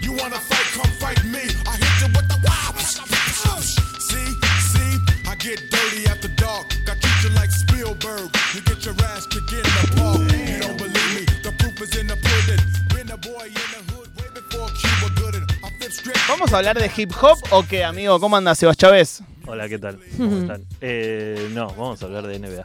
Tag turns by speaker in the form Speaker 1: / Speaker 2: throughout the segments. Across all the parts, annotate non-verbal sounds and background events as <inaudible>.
Speaker 1: You wanna fight, come fight me. I hit you with the wow. See, see, I get dirty after dark. I treat you like Spielberg. You get your ass kicked in the park. You don't believe me? The proof is in the pudding. Been a boy in the hood way before Cuba Gooding. I flip straight.
Speaker 2: ¿Vamos a hablar de hip hop o qué, amigo? ¿Cómo anda Sebas Chávez?
Speaker 3: Hola, ¿qué <laughs> tal? ¿Cómo están? Eh, no, vamos a hablar de NBA.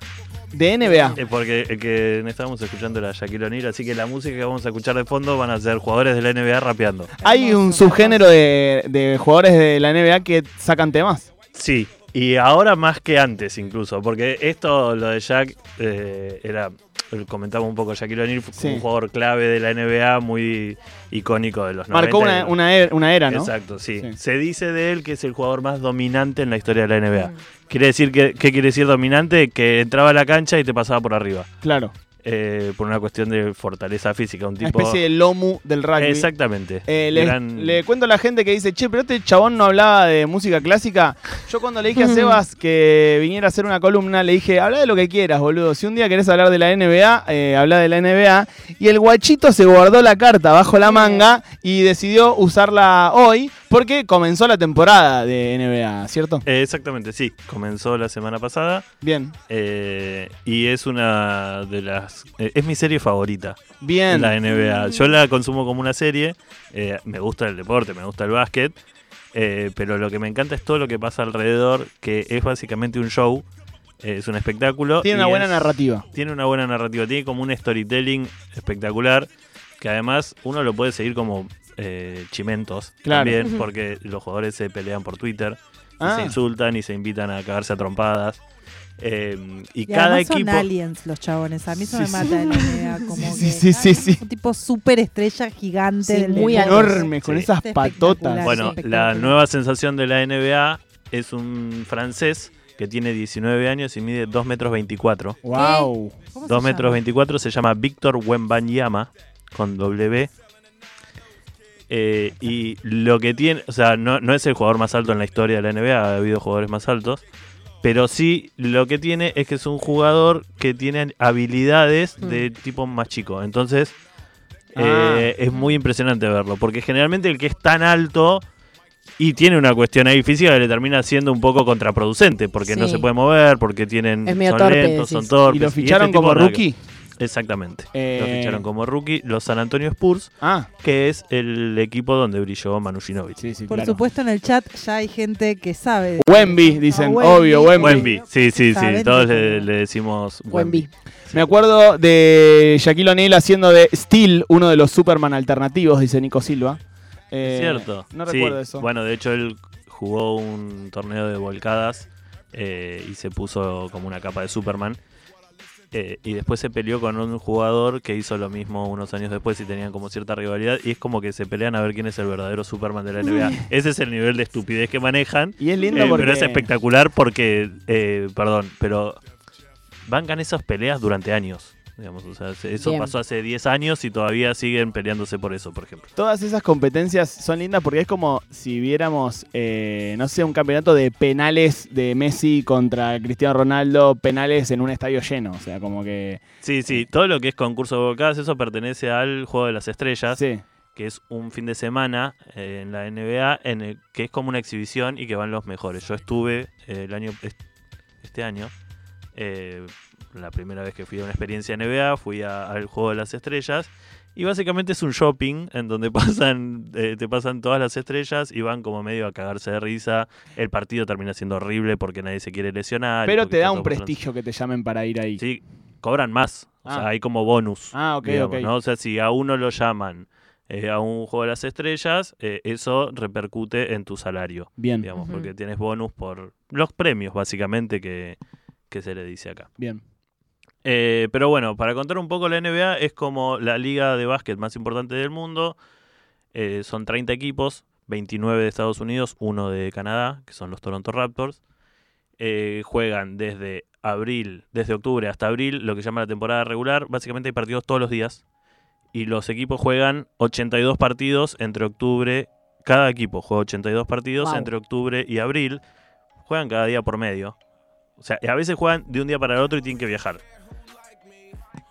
Speaker 2: De NBA.
Speaker 3: Eh, porque eh, que estábamos escuchando la Shaquille O'Neal, así que la música que vamos a escuchar de fondo van a ser jugadores de la NBA rapeando.
Speaker 2: Hay un subgénero de, de jugadores de la NBA que sacan temas.
Speaker 3: Sí, y ahora más que antes incluso, porque esto, lo de Shaq, eh, era, comentamos un poco, Shaquille O'Neal fue
Speaker 2: Sí.
Speaker 3: un jugador clave de la NBA, muy icónico de los 90.
Speaker 2: Marcó una, una er- una era, ¿no?
Speaker 3: Exacto, sí.
Speaker 2: Sí.
Speaker 3: Se dice de él que es el jugador más dominante en la historia de la NBA. Quiere decir que, ¿Qué quiere decir dominante? Que entraba a la cancha y te pasaba por arriba.
Speaker 2: Claro.
Speaker 3: Eh, por una cuestión de fortaleza física, un
Speaker 2: Una
Speaker 3: tipo...
Speaker 2: especie de lomu del rugby.
Speaker 3: Exactamente.
Speaker 2: Eh, le,
Speaker 3: Gran-
Speaker 2: le cuento a la gente que dice, che, pero este chabón no hablaba de música clásica. Yo cuando le dije a Sebas que viniera a hacer una columna, le dije, habla de lo que quieras, boludo. Si un día querés hablar de la NBA, eh, habla de la NBA. Y el guachito se guardó la carta bajo la manga y decidió usarla hoy porque comenzó la temporada de NBA, ¿cierto?
Speaker 3: Eh, exactamente, sí. Comenzó la semana pasada
Speaker 2: Bien,
Speaker 3: eh, y es una de las... eh, es mi serie favorita,
Speaker 2: bien.
Speaker 3: la NBA. Yo la consumo como una serie. eh, me gusta el deporte, me gusta el básquet. eh, pero lo que me encanta es todo lo que pasa alrededor, que es básicamente un show, eh, es un espectáculo.
Speaker 2: Tiene
Speaker 3: y
Speaker 2: una buena
Speaker 3: es-
Speaker 2: narrativa.
Speaker 3: Tiene una buena narrativa, tiene como un storytelling espectacular, que además uno lo puede seguir como eh, chimentos
Speaker 2: Claro.
Speaker 3: también, porque los jugadores se pelean por Twitter, y
Speaker 2: Ah.
Speaker 3: se insultan y se invitan a cagarse a trompadas. Eh, y,
Speaker 4: Y
Speaker 3: cada
Speaker 4: además
Speaker 3: equipo...
Speaker 4: son aliens los chabones. A mí eso
Speaker 2: Sí,
Speaker 4: me
Speaker 2: sí.
Speaker 4: mata de la idea. Como
Speaker 2: Sí,
Speaker 4: que,
Speaker 2: sí, sí, sí.
Speaker 4: Un tipo súper estrella gigante.
Speaker 5: Sí,
Speaker 4: del
Speaker 5: muy
Speaker 4: deporte.
Speaker 2: Enorme, con
Speaker 3: Sí.
Speaker 2: esas
Speaker 4: Está
Speaker 2: patotas.
Speaker 4: espectacular.
Speaker 3: Bueno,
Speaker 4: es un
Speaker 3: la
Speaker 4: espectáculo.
Speaker 3: nueva sensación de la NBA es un francés que tiene 19 años y mide 2 metros 24.
Speaker 2: Wow.
Speaker 4: ¿Cómo se
Speaker 3: 2 metros
Speaker 4: llama?
Speaker 3: 24 se llama Víctor Wembanyama con W. Eh, y lo que tiene, o sea, no, no es el jugador más alto en la historia de la NBA, ha habido jugadores más altos, pero sí lo que tiene es que es un jugador que tiene habilidades
Speaker 5: Mm.
Speaker 3: de tipo más chico. Entonces, eh,
Speaker 5: Ah.
Speaker 3: es muy impresionante verlo, porque generalmente el que es tan alto y tiene una cuestión ahí física que le termina siendo un poco contraproducente, porque no
Speaker 5: Sí.
Speaker 3: se puede mover, porque tienen,
Speaker 5: Es medio
Speaker 3: son
Speaker 5: torpe,
Speaker 3: lentos, son
Speaker 5: decís.
Speaker 3: torpes.
Speaker 2: ¿Y lo
Speaker 3: este
Speaker 2: ficharon
Speaker 3: tipo
Speaker 2: como
Speaker 3: nada que-
Speaker 2: rookie?
Speaker 3: Exactamente. Lo
Speaker 2: Eh.
Speaker 3: ficharon como rookie los San Antonio Spurs,
Speaker 2: Ah,
Speaker 3: que es el equipo donde brilló Manu Ginobili.
Speaker 2: sí, sí,
Speaker 4: Por
Speaker 2: claro.
Speaker 4: supuesto, en el chat ya hay gente que sabe.
Speaker 2: Wemby, dicen,
Speaker 4: Ah,
Speaker 2: obvio, Wemby.
Speaker 3: Wemby, sí, sí, sí,
Speaker 4: Saben
Speaker 3: todos
Speaker 4: que-
Speaker 3: le, le decimos Wemby.
Speaker 5: Wemby.
Speaker 2: Me acuerdo de Shaquille O'Neal haciendo de Steel uno de los Superman alternativos, dice Nico Silva. Eh,
Speaker 3: Cierto.
Speaker 2: No
Speaker 3: Sí,
Speaker 2: recuerdo eso.
Speaker 3: Bueno, de hecho él jugó un torneo de volcadas eh, y se puso como una capa de Superman. Eh, y después se peleó con un jugador que hizo lo mismo unos años después y tenían como cierta rivalidad. Y es como que se pelean a ver quién es el verdadero Superman de la NBA. Ese es el nivel de estupidez que manejan.
Speaker 2: y es lindo
Speaker 3: Eh,
Speaker 2: porque.
Speaker 3: Pero es espectacular porque, eh, perdón, pero bancan esas peleas durante años. Digamos, o sea, se- eso
Speaker 5: Bien.
Speaker 3: pasó hace 10 años y todavía siguen peleándose por eso, por ejemplo.
Speaker 2: Todas esas competencias son lindas porque es como si viéramos, eh, no sé, un campeonato de penales de Messi contra Cristiano Ronaldo, penales en un estadio lleno. O sea, como que.
Speaker 3: Sí, sí, Eh, todo lo que es concurso de bocadas, eso pertenece al Juego de las Estrellas,
Speaker 2: Sí.
Speaker 3: que es un fin de semana eh, en la NBA, en el, que es como una exhibición y que van los mejores. Yo estuve eh, el año est- este año, eh, la primera vez que fui a una experiencia NBA, fui a- al Juego de las Estrellas. Y básicamente es un shopping en donde <laughs> pasan, eh, te pasan todas las estrellas y van como medio a cagarse de risa. El partido termina siendo horrible porque nadie se quiere lesionar. y
Speaker 2: Pero
Speaker 3: porque
Speaker 2: te da
Speaker 3: está
Speaker 2: un
Speaker 3: todo por
Speaker 2: prestigio que te llamen para ir ahí.
Speaker 3: Sí, cobran más. O
Speaker 2: Ah.
Speaker 3: sea, hay como bonus.
Speaker 2: Ah, ok,
Speaker 3: digamos,
Speaker 2: ok.
Speaker 3: ¿no? O sea, si a uno lo llaman eh, a un juego de las estrellas, eh, eso repercute en tu salario,
Speaker 2: Bien,
Speaker 3: digamos,
Speaker 5: Ujú.
Speaker 3: porque tienes bonus por los premios, básicamente, que, que se le dice acá.
Speaker 2: bien.
Speaker 3: Eh, pero bueno, para contar un poco, la NBA es como la liga de básquet más importante del mundo. Eh, son 30 equipos, 29 de Estados Unidos, uno de Canadá, que son los Toronto Raptors. Eh, juegan desde abril, desde octubre hasta abril, lo que llama la temporada regular. Básicamente hay partidos todos los días. Y los equipos juegan 82 partidos entre octubre. Cada equipo juega 82 partidos
Speaker 5: Wow.
Speaker 3: entre octubre y abril. Juegan cada día por medio. O sea, a veces juegan de un día para el otro y tienen que viajar.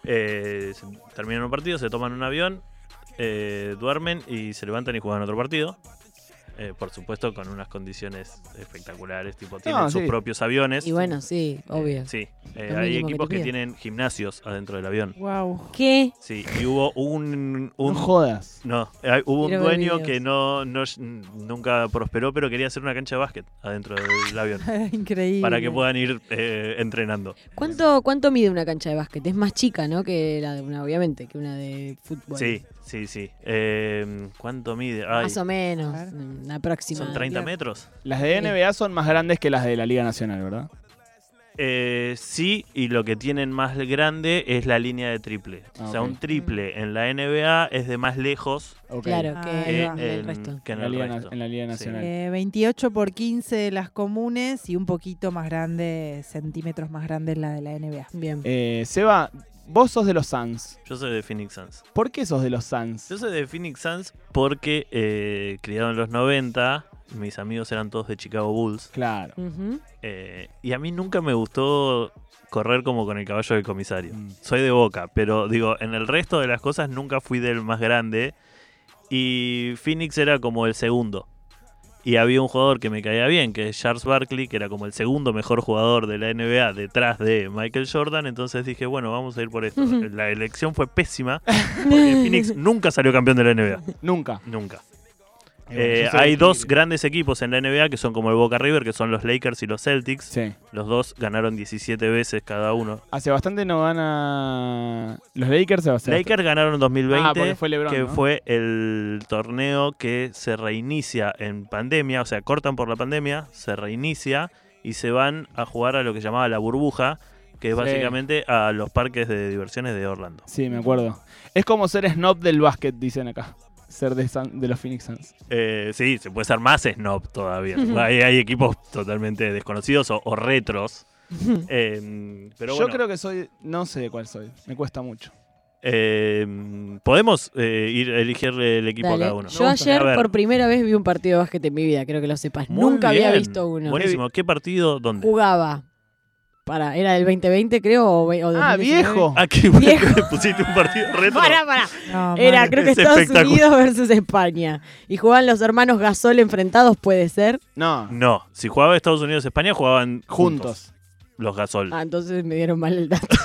Speaker 3: Eh, se- terminan un partido, se toman un avión eh, duermen y se levantan y juegan otro partido. Eh, por supuesto, con unas condiciones espectaculares, tipo tienen sus
Speaker 2: sí.
Speaker 3: propios aviones.
Speaker 5: Y bueno, sí, obvio.
Speaker 3: Sí, eh,
Speaker 5: Lo
Speaker 3: hay
Speaker 5: mínimo que
Speaker 3: equipos
Speaker 5: te
Speaker 3: que,
Speaker 5: piden.
Speaker 3: tienen gimnasios adentro del avión.
Speaker 4: Wow.
Speaker 5: ¿Qué?
Speaker 3: Sí,
Speaker 5: <laughs>
Speaker 3: y hubo un,
Speaker 2: No
Speaker 3: un
Speaker 2: jodas.
Speaker 3: no, eh, hubo un
Speaker 5: Quiero ver
Speaker 3: dueño
Speaker 5: videos.
Speaker 3: que no, no nunca prosperó, pero quería hacer una cancha de básquet adentro del avión
Speaker 5: <laughs>
Speaker 4: <laughs> Increíble.
Speaker 3: para que puedan ir eh, entrenando.
Speaker 5: ¿Cuánto, ¿Cuánto mide una cancha de básquet? Es más chica, ¿no? Que la de una, obviamente, que una de fútbol.
Speaker 3: Sí, sí, sí. Eh, ¿Cuánto mide? Ay,
Speaker 5: Más o menos.
Speaker 4: A ver.
Speaker 5: Una próxima.
Speaker 3: son 30
Speaker 4: claro.
Speaker 3: metros.
Speaker 2: Las de NBA son más grandes que las de la Liga Nacional, ¿verdad?
Speaker 3: Eh, sí, y lo que tienen más grande es la línea de triple.
Speaker 2: Ah,
Speaker 3: o sea,
Speaker 2: ok.
Speaker 3: un triple en la NBA es de más lejos
Speaker 2: Ok.
Speaker 5: Claro,
Speaker 4: Ahí
Speaker 5: que
Speaker 3: que
Speaker 4: va.
Speaker 5: el
Speaker 3: en,
Speaker 5: resto.
Speaker 3: que en
Speaker 2: En la,
Speaker 3: el
Speaker 2: Liga, Na-
Speaker 3: resto.
Speaker 2: en la Liga Nacional.
Speaker 4: Eh, 28 por 15 de las comunes y un poquito más grande, centímetros más grande la de la NBA.
Speaker 5: Bien.
Speaker 2: Eh, Seba, vos sos de los Suns.
Speaker 3: Yo soy de Phoenix Suns.
Speaker 2: ¿Por qué sos de los Suns?
Speaker 3: Yo soy de Phoenix Suns porque eh, criado en los 90, mis amigos eran todos de Chicago Bulls.
Speaker 2: Claro.
Speaker 3: <laughs>
Speaker 5: Ujú.
Speaker 3: Eh, y a mí nunca me gustó correr como con el caballo del comisario.
Speaker 2: Mm.
Speaker 3: Soy de boca, pero digo, en el resto de las cosas nunca fui del más grande. Y Phoenix era como el segundo. Y había un jugador que me caía bien, que es Charles Barkley, que era como el segundo mejor jugador de la NBA detrás de Michael Jordan. Entonces dije, bueno, vamos a ir por esto. La elección fue pésima, porque Phoenix nunca salió campeón de la NBA.
Speaker 2: Nunca.
Speaker 3: Nunca.
Speaker 2: Eh, bueno,
Speaker 3: <laughs> Eh,
Speaker 2: yo soy
Speaker 3: hay
Speaker 2: de
Speaker 3: dos
Speaker 2: Tigre.
Speaker 3: grandes equipos en la NBA que son como el Boca River, que son los Lakers y los Celtics.
Speaker 2: Sí.
Speaker 3: Los dos ganaron 17 veces cada uno.
Speaker 2: Hace bastante no gana. Los Lakers se va a hacer.
Speaker 3: Lakers ganaron en 2020,
Speaker 2: Ah, porque fue LeBron,
Speaker 3: que
Speaker 2: ¿no?
Speaker 3: fue el torneo que se reinicia en pandemia, o sea, cortan por la pandemia, se reinicia y se van a jugar a lo que llamaba la burbuja, que es
Speaker 2: Sí.
Speaker 3: básicamente a los parques de diversiones de Orlando.
Speaker 2: Sí, me acuerdo. Es como ser snob del básquet, dicen acá. Ser de, Sun- de los Phoenix Suns.
Speaker 3: Eh, sí, se puede ser más snob todavía. hay, hay equipos totalmente desconocidos o, o retros. Eh, pero
Speaker 2: Yo
Speaker 3: bueno.
Speaker 2: creo que soy. No sé de cuál soy. Me cuesta mucho.
Speaker 3: Eh, podemos eh, ir a elegir el equipo
Speaker 5: Dale.
Speaker 3: a cada uno.
Speaker 5: Yo
Speaker 3: A
Speaker 5: ayer
Speaker 3: ver,
Speaker 5: por primera vez vi un partido de básquet en mi vida, creo que lo sepas.
Speaker 3: muy
Speaker 5: Nunca había
Speaker 3: bien.
Speaker 5: visto uno.
Speaker 3: Buenísimo. ¿Qué partido? ¿Dónde?
Speaker 5: Jugaba. Para, era del 2020, creo, o, ve- o
Speaker 2: Ah,
Speaker 5: 2019.
Speaker 2: viejo.
Speaker 3: Ah, qué bueno
Speaker 5: Viejo.
Speaker 3: que pusiste un
Speaker 5: <laughs>
Speaker 3: partido retro.
Speaker 5: Pará, pará.
Speaker 4: No,
Speaker 5: Era,
Speaker 4: mal.
Speaker 5: creo que
Speaker 3: Es
Speaker 5: Estados
Speaker 3: espectacular.
Speaker 5: Unidos versus España. Y jugaban los hermanos Gasol enfrentados, puede ser.
Speaker 2: No,
Speaker 3: No, si jugaba Estados Unidos y España, jugaban juntos,
Speaker 2: juntos.
Speaker 3: los Gasol.
Speaker 5: Ah, entonces me dieron mal el dato.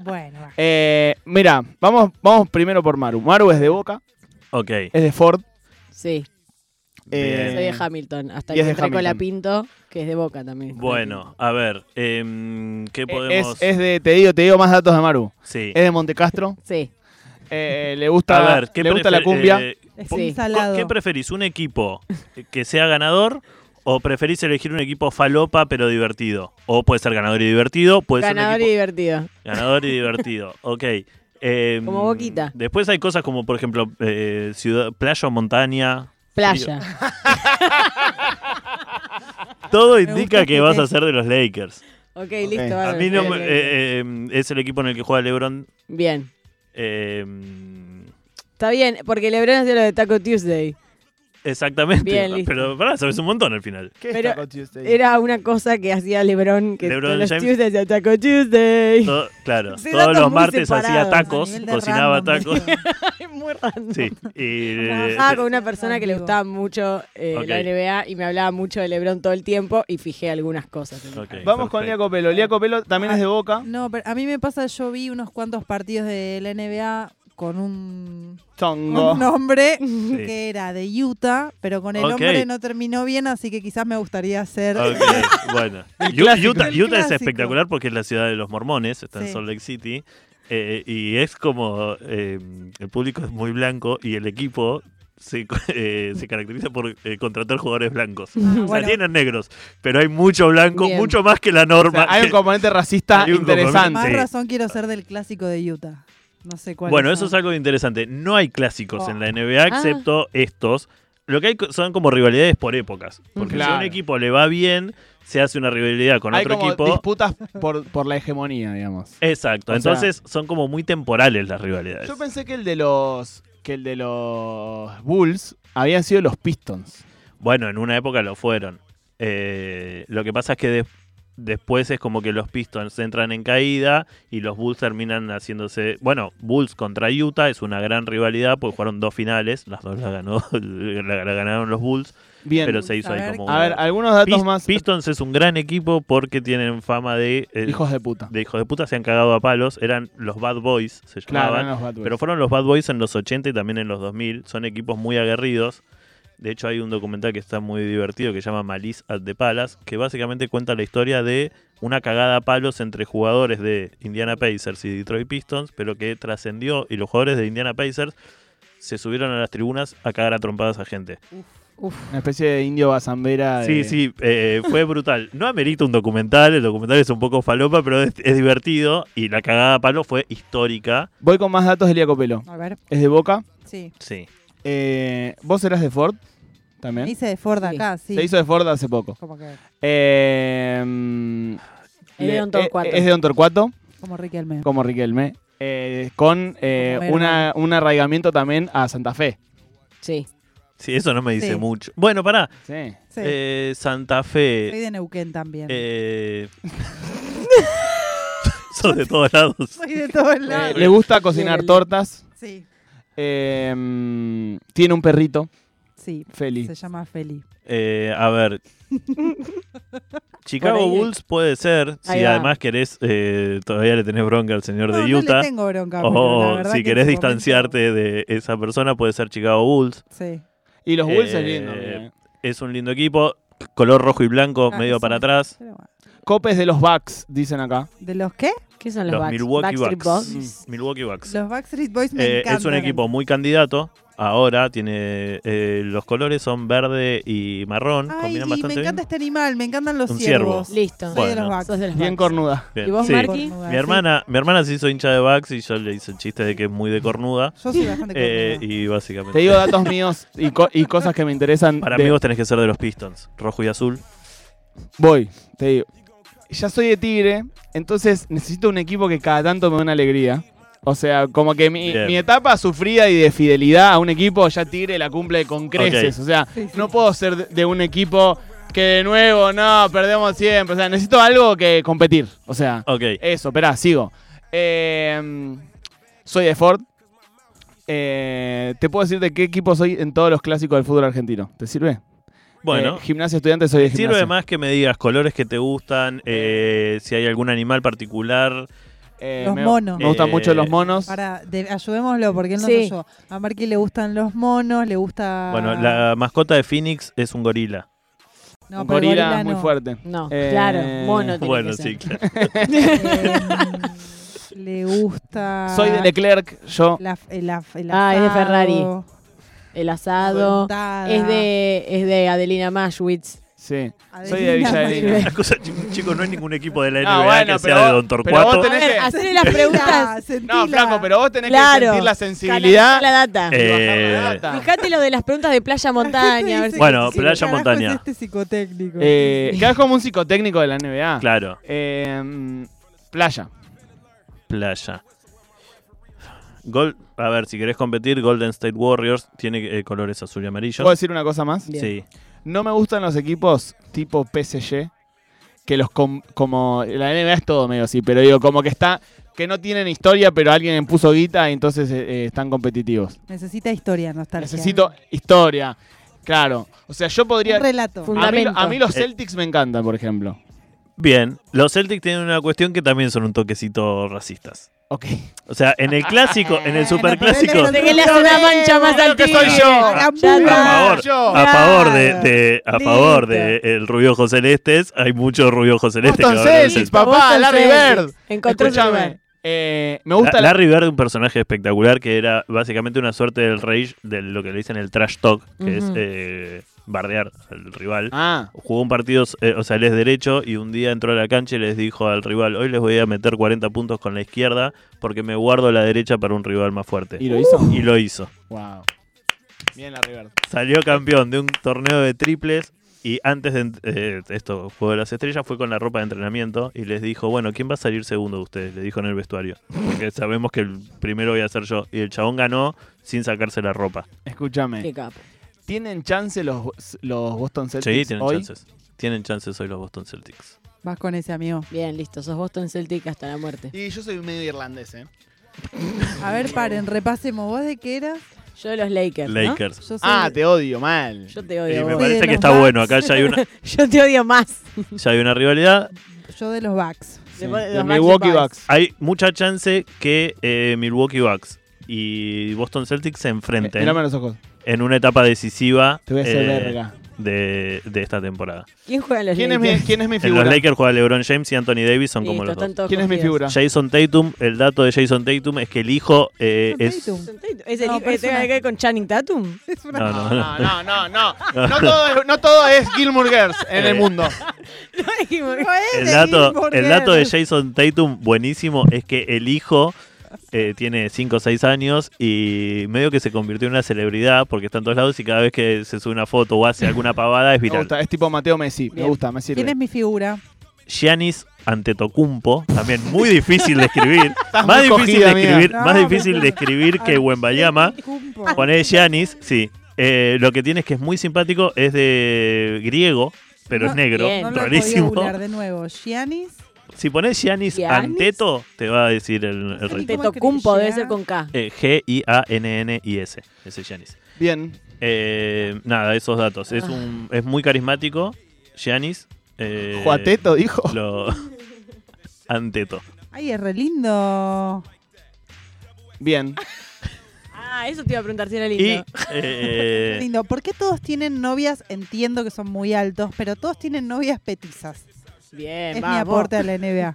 Speaker 4: Bueno, va.
Speaker 2: Eh, mira, vamos, vamos primero por Maru. Maru es de Boca,
Speaker 3: Ok.
Speaker 2: es de Ford.
Speaker 5: Sí,
Speaker 2: Eh,
Speaker 5: soy de Hamilton. Hasta
Speaker 2: y
Speaker 5: que
Speaker 2: es de
Speaker 5: entré con la
Speaker 2: Hamilton.
Speaker 5: Pinto, que es de Boca también.
Speaker 3: Bueno, a ver, em, ¿qué podemos...?
Speaker 2: Es, es de, te digo, te digo más datos de Maru.
Speaker 3: sí.
Speaker 2: Es de Montecastro.
Speaker 5: Sí.
Speaker 2: Eh, le gusta,
Speaker 3: a ver, ¿qué
Speaker 2: le gusta la
Speaker 3: prefer-
Speaker 2: cumbia.
Speaker 3: eh,
Speaker 4: es
Speaker 5: sí.
Speaker 4: ensalado.
Speaker 3: ¿Qué preferís? ¿Un equipo que sea ganador o preferís elegir un equipo falopa pero divertido? O puede ser ganador y divertido, puede
Speaker 5: Ganador
Speaker 3: ser Pues un
Speaker 5: y
Speaker 3: equipo-
Speaker 5: divertido.
Speaker 3: ganador y
Speaker 5: <laughs>
Speaker 3: divertido. Ok. Em,
Speaker 5: Como Boquita.
Speaker 3: Después hay cosas como, por ejejemplo, eh, ciudad, playa o montaña.
Speaker 5: Playa.
Speaker 3: Todo
Speaker 4: gusta
Speaker 3: indica que
Speaker 4: este
Speaker 3: vas
Speaker 4: test.
Speaker 3: a ser de los Lakers.
Speaker 5: Ok, listo.
Speaker 3: A
Speaker 5: bárbaro,
Speaker 3: mí no
Speaker 5: bien,
Speaker 3: me-
Speaker 5: bien,
Speaker 3: eh, eh, es el equipo en el que juega LeBron.
Speaker 5: bien. Bien.
Speaker 3: eh,
Speaker 5: Está bien, porque Lebron hacía lo de Taco Tuesday.
Speaker 3: exactamente.
Speaker 5: Bien, listo.
Speaker 3: Pero pará, sabes un montón al final.
Speaker 2: ¿Qué es
Speaker 5: pero
Speaker 2: Taco Tuesday?
Speaker 5: Era una cosa que hacía Lebron, que
Speaker 3: LeBron
Speaker 5: todos los
Speaker 3: James.
Speaker 5: Tuesdays hacía Taco Tuesday. <laughs>
Speaker 3: Todo- claro,
Speaker 5: Sí,
Speaker 3: todos
Speaker 5: datos
Speaker 3: los
Speaker 5: muy
Speaker 3: martes hacía
Speaker 5: separados.
Speaker 3: tacos,
Speaker 4: A nivel de
Speaker 3: cocinaba
Speaker 4: random,
Speaker 3: tacos.
Speaker 4: digo.
Speaker 5: Es <laughs> muy random.
Speaker 3: Sí. Y, eh,
Speaker 5: Trabajaba Ah, con una persona que le
Speaker 4: Amigo.
Speaker 5: gustaba mucho eh,
Speaker 3: Ok.
Speaker 5: la NBA y me hablaba mucho de Lebron todo el tiempo y fijé algunas cosas.
Speaker 3: ok,
Speaker 2: Vamos con
Speaker 3: perfecto.
Speaker 2: Liaco Pelo. Liaco Pelo también es de Boca.
Speaker 4: No, pero a mí me pasa, yo vi unos cuantos partidos de la NBA con un,
Speaker 2: Tongo.
Speaker 3: <laughs>
Speaker 4: un nombre que era de Utah, pero con el
Speaker 3: Ok.
Speaker 4: nombre no terminó bien, así que quizás me gustaría hacer...
Speaker 2: <laughs>
Speaker 3: Ok, bueno. Ut-
Speaker 2: clásico.
Speaker 3: Utah,
Speaker 4: El
Speaker 3: Utah es
Speaker 4: clásico.
Speaker 3: espectacular porque es la ciudad de los mormones, está en
Speaker 4: Sí.
Speaker 3: Salt Lake City. eh, y es como eh, el público es muy blanco y el equipo se, <laughs> co- eh, se caracteriza por eh, contratar jugadores blancos. o sea,
Speaker 4: bueno.
Speaker 3: tienen negros, pero hay mucho blanco,
Speaker 5: Bien.
Speaker 3: mucho más que la
Speaker 2: O sea,
Speaker 3: norma.
Speaker 2: hay un componente racista
Speaker 3: Hay un
Speaker 2: interesante.
Speaker 4: Más
Speaker 3: Sí.
Speaker 4: razón quiero ser del clásico de Utah. No sé
Speaker 3: <laughs>
Speaker 4: cuál
Speaker 3: bueno, eso es algo interesante. No hay clásicos en la NBA
Speaker 5: Ah.
Speaker 3: excepto estos. Lo que hay co- son como rivalidades por épocas. Porque si a un
Speaker 2: Claro.
Speaker 3: equipo le va bien, se hace una rivalidad con
Speaker 2: Hay
Speaker 3: otro
Speaker 2: como
Speaker 3: equipo. Eh,
Speaker 2: disputas por, por la hegemonía, digamos.
Speaker 3: Exacto,
Speaker 2: O sea-
Speaker 3: entonces son como muy temporales las rivalidades.
Speaker 2: Yo pensé que el de los que el de los Bulls habían sido los Pistons.
Speaker 3: Bueno, en una época lo fueron. Eh, lo que pasa es que de- después es como que los Pistons entran en caída y los Bulls terminan haciéndose. Bueno, Bulls contra Utah es una gran rivalidad porque jugaron dos finales, las dos las, ganó, <laughs> la- la ganaron los Bulls,
Speaker 2: Bien.
Speaker 3: pero se hizo
Speaker 4: A
Speaker 3: ahí
Speaker 4: ver,
Speaker 3: como.
Speaker 2: a
Speaker 3: un-
Speaker 2: ver, algunos datos
Speaker 3: Pist-
Speaker 2: más.
Speaker 3: Pistons es un gran equipo porque tienen fama de. eh,
Speaker 2: Hijos de puta.
Speaker 3: de hijos de puta se han cagado a palos, eran los Bad Boys, se llamaban.
Speaker 2: Claro, eran los Bad Boys.
Speaker 3: eh. Pero fueron los Bad Boys en los 80 y también en los 2000. Son equipos muy aguerridos. De hecho, hay un documental que está muy divertido que se llama Malice at the Palace, que básicamente cuenta la historia de una cagada a palos entre jugadores de Indiana Pacers y Detroit Pistons, pero que trascendió y los jugadores de Indiana Pacers se subieron a las tribunas a cagar a trompadas a gente.
Speaker 2: Una especie de indio bazambera. de-
Speaker 3: Sí, sí, eh, fue brutal. No amerita un documental, el documental es un poco falopa, pero es, es divertido y la cagada a palo fue histórica.
Speaker 2: Voy con más datos de Elia Copelo.
Speaker 4: A ver,
Speaker 2: Es de Boca.
Speaker 4: sí.
Speaker 3: Sí.
Speaker 2: Eh, Vos eras de Ford también.
Speaker 4: Me hice de Ford
Speaker 5: Sí.
Speaker 4: acá, sí.
Speaker 2: Se hizo de Ford hace poco.
Speaker 4: Como que,
Speaker 2: Eh, mm,
Speaker 5: Es de Don Torcuato.
Speaker 2: Es de Don Torcuato,
Speaker 4: como Ricky Almeida.
Speaker 2: como Riquelme. Eh, con eh,
Speaker 4: Como
Speaker 2: una, un arraigamiento también a Santa Fe.
Speaker 5: Sí.
Speaker 3: Sí, eso no me dice
Speaker 4: Sí.
Speaker 3: mucho. Bueno, pará.
Speaker 2: Sí.
Speaker 4: Sí.
Speaker 3: Eh, Santa
Speaker 4: Soy
Speaker 3: Fe.
Speaker 4: de Neuquén también. <laughs>
Speaker 3: Eh... <laughs> Sos de todos lados.
Speaker 4: Soy de todos
Speaker 2: Eh,
Speaker 4: lados.
Speaker 2: le gusta cocinar
Speaker 5: Bien.
Speaker 2: tortas.
Speaker 4: Sí,
Speaker 2: Eh, mm, tiene un perrito,
Speaker 4: sí.
Speaker 2: Feli.
Speaker 4: Se llama Feli.
Speaker 3: Eh, a
Speaker 4: <laughs>
Speaker 3: ver.
Speaker 5: Por
Speaker 3: Chicago
Speaker 5: ahí-
Speaker 3: Bulls puede ser, si
Speaker 5: Ahí va.
Speaker 3: además querés, eh, todavía le tenés bronca al señor
Speaker 4: No,
Speaker 3: de
Speaker 4: no
Speaker 3: Utah.
Speaker 4: le tengo bronca. pero la
Speaker 3: o
Speaker 4: verdad que
Speaker 3: si
Speaker 4: en
Speaker 3: querés
Speaker 4: su momento-
Speaker 3: distanciarte de esa persona, puede ser Chicago Bulls.
Speaker 4: Sí.
Speaker 2: Y los Bulls es
Speaker 3: Eh,
Speaker 2: lindo. mira.
Speaker 3: Es un lindo equipo, color rojo y blanco,
Speaker 4: Ah,
Speaker 3: medio
Speaker 4: sí.
Speaker 3: para atrás.
Speaker 4: Pero bueno.
Speaker 2: Copes de los Bucks, dicen acá.
Speaker 4: ¿De los qué?
Speaker 5: ¿Qué son los,
Speaker 3: Los
Speaker 5: Bucks?
Speaker 3: Milwaukee
Speaker 5: Backstreet
Speaker 3: Bucks.
Speaker 5: Bucks.
Speaker 3: Milwaukee Bucks.
Speaker 4: Los Backstreet Boys me
Speaker 3: Eh,
Speaker 4: encantan.
Speaker 3: es un equipo muy candidato. Ahora tiene eh, los colores son verde y marrón,
Speaker 4: Ay,
Speaker 3: combinan
Speaker 4: y me
Speaker 3: bastante
Speaker 4: encanta
Speaker 3: bien.
Speaker 4: este animal, me encantan los
Speaker 3: Un
Speaker 4: ciervos.
Speaker 5: Listo.
Speaker 4: Soy de
Speaker 3: Bueno.
Speaker 4: los Bucks.
Speaker 5: Sos de los
Speaker 2: Bien
Speaker 5: Bucks.
Speaker 2: cornuda.
Speaker 3: Bien,
Speaker 5: ¿Y vos,
Speaker 3: sí.
Speaker 5: Marky?
Speaker 4: Cornuda,
Speaker 3: Mi
Speaker 4: sí.
Speaker 3: hermana, mi hermana se hizo hincha de Bucks y yo le hice el chiste de que es muy de cornuda.
Speaker 4: Yo soy bastante
Speaker 3: Eh,
Speaker 4: cornuda.
Speaker 3: y
Speaker 2: Te
Speaker 3: básicamente.
Speaker 2: digo datos míos y, co- y cosas que me interesan.
Speaker 3: para
Speaker 2: de-
Speaker 3: amigos tenés que ser de los Pistons, rojo y azul.
Speaker 2: Voy, te digo. Ya soy de Tigre, entonces necesito un equipo que cada tanto me dé una alegría. O sea, como que mi,
Speaker 3: Bien.
Speaker 2: mi etapa sufrida y de fidelidad a un equipo, ya Tigre la cumple con creces. O sea, no puedo ser de, de un equipo que de nuevo, no, perdemos siempre. O sea, necesito algo que competir. O sea,
Speaker 3: Ok.
Speaker 2: eso, espera, sigo. Eh, soy de Ford. Eh, te puedo decir de qué equipo soy en todos los clásicos del fútbol argentino. ¿Te sirve?
Speaker 3: bueno,
Speaker 2: Eh, gimnasia estudiante, soy de gimnasia.
Speaker 3: sirve más que me digas colores que te gustan, eh, si hay algún animal particular.
Speaker 2: Eh,
Speaker 4: Los
Speaker 2: me,
Speaker 4: monos.
Speaker 2: Me gustan
Speaker 3: Eh,
Speaker 2: mucho los monos.
Speaker 4: Para, de- ayudémoslo porque él no
Speaker 5: Sí.
Speaker 4: soy yo. A Marky le gustan los monos, le gusta.
Speaker 3: Bueno, la mascota de Phoenix es un gorila.
Speaker 4: No,
Speaker 2: un
Speaker 4: pero
Speaker 2: gorila, es
Speaker 4: no.
Speaker 2: muy
Speaker 4: <laughs>
Speaker 2: fuerte.
Speaker 5: No,
Speaker 2: Eh,
Speaker 5: claro. Mono. tiene
Speaker 3: Bueno,
Speaker 5: que ser.
Speaker 3: sí, claro. <laughs>
Speaker 4: Eh, le gusta.
Speaker 2: Soy de Leclerc, yo.
Speaker 4: la, el af- el
Speaker 5: Ah, es de
Speaker 4: asado,
Speaker 5: Ferrari. El
Speaker 4: la
Speaker 5: asado.
Speaker 4: reventada.
Speaker 5: Es de, es de Adelina Mashwitz.
Speaker 2: Sí.
Speaker 4: Adelina
Speaker 2: Soy de Villalina.
Speaker 3: Las cosas, chi- chicos, no hay ningún equipo de la NBA
Speaker 2: Ah, bueno,
Speaker 3: que
Speaker 2: pero
Speaker 3: sea de Don
Speaker 2: vos- pero vos
Speaker 3: Torcuato.
Speaker 5: A
Speaker 2: Tenés
Speaker 5: ver,
Speaker 2: que-
Speaker 5: hacerle las
Speaker 4: <laughs> Sentila,
Speaker 5: preguntas.
Speaker 4: sentila.
Speaker 2: No, Flaco, pero vos tenés
Speaker 5: Claro.
Speaker 2: que sentir la sensibilidad.
Speaker 5: Canalizar la data.
Speaker 3: Eh,
Speaker 2: y bajar la data.
Speaker 5: Fíjate lo de las preguntas de <laughs> Playa
Speaker 4: La gente
Speaker 5: Montaña. a ver
Speaker 4: dice
Speaker 5: si-
Speaker 3: Bueno,
Speaker 5: si-
Speaker 4: ¿qué
Speaker 3: playa,
Speaker 4: carajo es
Speaker 3: montaña.
Speaker 4: este psicotécnico.
Speaker 2: Eh, quedás como un psicotécnico de la NBA.
Speaker 3: Claro,
Speaker 2: Eh, mm, playa.
Speaker 3: playa. Gol, a ver, si querés competir, Golden State Warriors tiene eh, colores azul y amarillo.
Speaker 2: ¿Puedo decir una cosa más?
Speaker 5: Bien.
Speaker 3: sí.
Speaker 2: No me gustan los equipos tipo PSG, que los com- como la NBA es todo medio así, pero digo, como que está, que no tienen historia, pero alguien puso guita y entonces eh, eh, están competitivos.
Speaker 4: Necesita historia, nostalgia.
Speaker 2: Necesito historia, claro. O sea, yo podría...
Speaker 4: un relato.
Speaker 5: Funda-
Speaker 2: A mí,
Speaker 5: Fundamento.
Speaker 2: a mí los
Speaker 3: Eh.
Speaker 2: Celtics me encantan, por ejemplo.
Speaker 3: Bien, los Celtics tienen una cuestión que también son un toquecito racistas.
Speaker 2: Ok.
Speaker 3: O sea, en el clásico, en el
Speaker 4: Bueno, pero
Speaker 3: superclásico,
Speaker 4: él
Speaker 5: Te que le hace una mancha más
Speaker 2: Creo
Speaker 5: al
Speaker 2: que
Speaker 5: tigre.
Speaker 2: soy yo.
Speaker 5: Ya
Speaker 4: Por
Speaker 5: está.
Speaker 3: favor.
Speaker 2: Yo.
Speaker 3: a favor de, de- a
Speaker 5: Listo.
Speaker 3: favor de el rubio Ojos Celestes, hay muchos rubio Ojos Celestes que
Speaker 2: Boston
Speaker 3: hablan del
Speaker 2: Celtics,
Speaker 3: Celtic.
Speaker 2: papá,
Speaker 5: Boston
Speaker 2: Larry
Speaker 5: Celtics.
Speaker 2: Bird.
Speaker 5: Encontró un
Speaker 2: Escúchame.
Speaker 5: lugar.
Speaker 2: eh, me gusta
Speaker 3: La-
Speaker 2: la...
Speaker 3: Larry Bird, un personaje espectacular que era básicamente una suerte del rage, de lo que le dicen el trash talk, que es
Speaker 5: Ujú.
Speaker 3: eh, bardear al rival.
Speaker 2: Ah,
Speaker 3: Jugó un partido, eh, o sea, él es derecho y un día entró a la cancha y les dijo al rival, hoy les voy a meter 40 puntos con la izquierda porque me guardo la derecha para un rival más fuerte.
Speaker 2: y lo hizo.
Speaker 3: Y lo hizo.
Speaker 2: Wow. Bien, Larry Bird.
Speaker 3: Salió campeón de un torneo de triples y antes de ent- eh, esto, Juego de las Estrellas, fue con la ropa de entrenamiento y les dijo, bueno, ¿quién va a salir segundo de ustedes? Le dijo en el vestuario. Porque sabemos que el primero voy a ser yo. Y el chabón ganó sin sacarse la ropa.
Speaker 2: Escúchame.
Speaker 5: Qué capo.
Speaker 2: ¿Tienen chance los, los Boston Celtics
Speaker 3: Sí, tienen
Speaker 2: hoy?
Speaker 3: chances. Tienen chances hoy los Boston Celtics.
Speaker 4: Vas con ese amigo.
Speaker 5: Bien, listo. Sos Boston Celtic hasta la muerte.
Speaker 2: Y yo soy medio irlandés, ¿eh?
Speaker 4: A ver, paren, repasemos. ¿Vos de qué eras?
Speaker 5: Yo de los Lakers. ¿no?
Speaker 3: Lakers.
Speaker 4: Yo soy
Speaker 2: Ah,
Speaker 4: de-
Speaker 2: te odio, mal.
Speaker 5: Yo te
Speaker 3: Y
Speaker 5: odio. a
Speaker 3: me
Speaker 5: vos.
Speaker 4: Sí,
Speaker 3: parece
Speaker 4: de
Speaker 3: que
Speaker 4: los
Speaker 3: está
Speaker 4: Bucks.
Speaker 3: bueno. Acá ya hay una,
Speaker 5: <laughs> Yo te odio más.
Speaker 3: ya hay una rivalidad.
Speaker 4: Yo de los Bucks. <laughs>
Speaker 5: De-
Speaker 2: Sí,
Speaker 5: de
Speaker 2: de
Speaker 5: los
Speaker 2: Milwaukee
Speaker 5: Bucks.
Speaker 2: Bucks.
Speaker 3: Hay mucha chance que eh, Milwaukee Bucks y Boston Celtics se enfrenten
Speaker 2: Mírame a los ojos.
Speaker 3: en una etapa decisiva
Speaker 2: Eh, Te voy a hacer
Speaker 3: eh,
Speaker 2: verga.
Speaker 3: de, de esta temporada.
Speaker 5: ¿Quién juega en los
Speaker 2: ¿Quién es, mi,
Speaker 5: Lakers?
Speaker 2: quién es mi
Speaker 3: En los
Speaker 2: figura?
Speaker 3: Lakers juega LeBron James y Anthony Davis, son como
Speaker 5: Listo,
Speaker 3: los dos.
Speaker 5: están todos
Speaker 2: ¿Quién es mi
Speaker 5: confiados.
Speaker 2: figura?
Speaker 3: Jason Tatum, el dato de Jason Tatum es que el hijo eh,
Speaker 4: Jason
Speaker 3: es...
Speaker 4: Tatum.
Speaker 5: ¿Es el
Speaker 4: No,
Speaker 5: hijo que
Speaker 4: persona-
Speaker 5: tenga que ver con Channing <laughs> Tatum?
Speaker 4: Es una-
Speaker 3: No, no, no.
Speaker 2: no, no, no.
Speaker 3: <laughs>
Speaker 2: No, no todo, es- no todo es Gilmore Girls en el
Speaker 3: Eh.
Speaker 2: mundo.
Speaker 5: No, es que- <laughs>
Speaker 4: No es
Speaker 3: El
Speaker 4: de
Speaker 3: dato,
Speaker 4: Gilmore
Speaker 3: el dato de
Speaker 4: Girls.
Speaker 3: Jason Tatum buenísimo es que el hijo eh, tiene 5 o 6 años y medio que se convirtió en una celebridad porque está en todos lados y cada vez que se sube una foto o hace alguna pavada es
Speaker 2: Me
Speaker 3: viral.
Speaker 2: gusta, es tipo Mateo Messi.
Speaker 5: Bien.
Speaker 2: Me gusta, me sirve.
Speaker 4: ¿Quién es mi figura?
Speaker 3: Giannis Antetokounmpo, también muy difícil de escribir,
Speaker 2: <laughs> Estás
Speaker 3: más
Speaker 2: muy
Speaker 3: difícil
Speaker 2: cogida,
Speaker 3: de
Speaker 2: amiga.
Speaker 3: escribir,
Speaker 4: No,
Speaker 3: más
Speaker 4: pero
Speaker 3: difícil de
Speaker 4: claro.
Speaker 3: escribir
Speaker 2: <laughs>
Speaker 3: que
Speaker 4: Ah,
Speaker 3: Wembayama.
Speaker 4: <laughs> Cumpo.
Speaker 3: Poné Giannis, sí. Eh, lo que tiene es que es muy simpático, es de griego, pero
Speaker 4: No,
Speaker 3: es negro,
Speaker 5: bien.
Speaker 4: No lo he podido
Speaker 3: rarísimo.
Speaker 4: googlear ¿eh? de nuevo. Giannis.
Speaker 3: Si pones Giannis,
Speaker 5: Giannis.
Speaker 3: Anteto, te va a decir el, el
Speaker 4: Sí,
Speaker 3: rey.
Speaker 5: Te
Speaker 4: ¿Cómo es que
Speaker 5: tocó un
Speaker 4: llega?
Speaker 5: debe ser con K.
Speaker 3: Eh, G-I-A-N-N-I-S. Ese es Giannis.
Speaker 2: Bien.
Speaker 3: Eh, nada, esos datos. Es, un,
Speaker 4: Ah.
Speaker 3: es muy carismático, Giannis. Eh,
Speaker 2: Juateto dijo.
Speaker 3: Lo... <laughs> Anteto.
Speaker 4: Ay, es re lindo.
Speaker 2: Bien.
Speaker 5: Ah, eso te iba a preguntar si era
Speaker 3: Y
Speaker 5: lindo. <laughs>
Speaker 3: eh,
Speaker 4: lindo. ¿Por qué todos tienen novias? Entiendo que son muy altos, pero todos tienen novias petizas.
Speaker 5: Bien,
Speaker 4: Es mi
Speaker 5: vamos.
Speaker 4: aporte a la
Speaker 3: <laughs>
Speaker 4: NBA.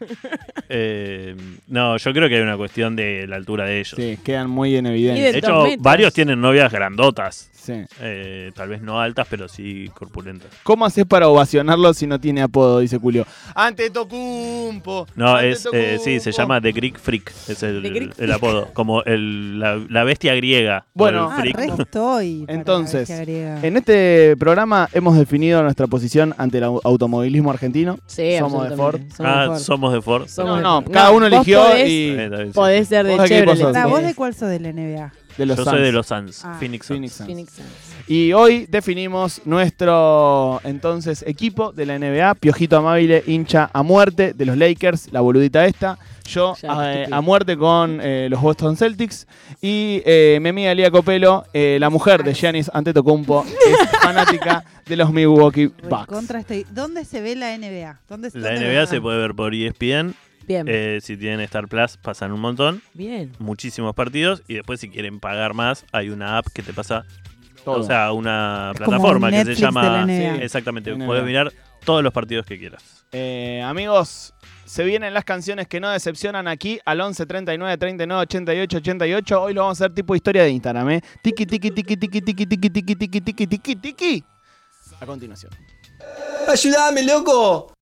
Speaker 3: Eh, no, yo creo que hay una cuestión de la altura de ellos.
Speaker 2: Sí, quedan muy en
Speaker 5: Y de-
Speaker 2: evidencia.
Speaker 3: De hecho,
Speaker 5: dos metros.
Speaker 3: varios tienen novias grandotas.
Speaker 2: Sí.
Speaker 3: Eh, tal vez no altas, pero sí corpulentas.
Speaker 2: ¿Cómo haces para ovacionarlo si no tiene apodo? Dice Julio. Ante Tocumpo.
Speaker 3: No, es, eh, sí, se llama The Greek Freak. Es el,
Speaker 5: The Greek
Speaker 3: el apodo. Como el, la, la bestia griega. o
Speaker 2: Bueno.
Speaker 3: el
Speaker 4: Ah,
Speaker 3: freak.
Speaker 4: re estoy. para la
Speaker 2: Entonces,
Speaker 4: bestia griega.
Speaker 2: En este programa hemos definido nuestra posición ante el au- automovilismo argentino.
Speaker 5: Sí,
Speaker 2: Somos de Ford.
Speaker 5: absolutamente. Somos
Speaker 3: Ah,
Speaker 5: de Ford.
Speaker 3: somos de Ford.
Speaker 5: Somos de
Speaker 2: no,
Speaker 5: Ford.
Speaker 2: cada uno
Speaker 5: vos
Speaker 2: eligió
Speaker 5: podés-
Speaker 2: y-
Speaker 3: Eh, también sí.
Speaker 5: Podés ser de
Speaker 2: ¿Vos de qué
Speaker 5: Chevrolet.
Speaker 2: equipo sos?
Speaker 4: La voz de
Speaker 5: tenés.
Speaker 4: cuál sos de la NBA.
Speaker 2: De los
Speaker 3: Yo soy
Speaker 2: Suns.
Speaker 3: de los Suns,
Speaker 4: Ah.
Speaker 3: Phoenix Suns.
Speaker 2: Phoenix Suns.
Speaker 5: Phoenix Suns.
Speaker 2: Y hoy definimos nuestro entonces equipo de la NBA, Piojito Amabile, hincha a muerte de los Lakers, la boludita esta, yo
Speaker 5: Ya,
Speaker 2: a,
Speaker 5: estúpido.
Speaker 2: a muerte con eh, los Boston Celtics y eh, mi amiga Lía Copelo, eh, la mujer de Giannis Antetokounmpo, es fanática de los Milwaukee Bucks.
Speaker 4: Recontra estoy. este- ¿Dónde se ve la NBA? ¿Dónde
Speaker 3: este La
Speaker 4: dónde
Speaker 3: NBA
Speaker 4: ves?
Speaker 3: se puede ver por E ESPN.
Speaker 5: Bien,
Speaker 3: Eh, si tienen Star Plus, pasan un montón.
Speaker 5: bien.
Speaker 3: Muchísimos partidos. Y después, si quieren pagar más, hay una app que te pasa
Speaker 2: Todo.
Speaker 3: O sea, una
Speaker 4: Es como
Speaker 3: plataforma
Speaker 4: un
Speaker 3: que se
Speaker 4: Netflix de la
Speaker 3: llama.
Speaker 4: NBA.
Speaker 3: Sí, exactamente.
Speaker 2: NBA.
Speaker 3: Podés mirar todos los partidos que quieras.
Speaker 2: Eh, amigos, se vienen las canciones que no decepcionan aquí al 11 39 39 88 88. Hoy lo vamos a hacer tipo historia de Instagram, ¿eh? Tiki, tiki, tiki, tiki, tiki, tiki, tiki, tiki, tiki, tiki, tiki. A continuación.
Speaker 6: Ayúdame, loco.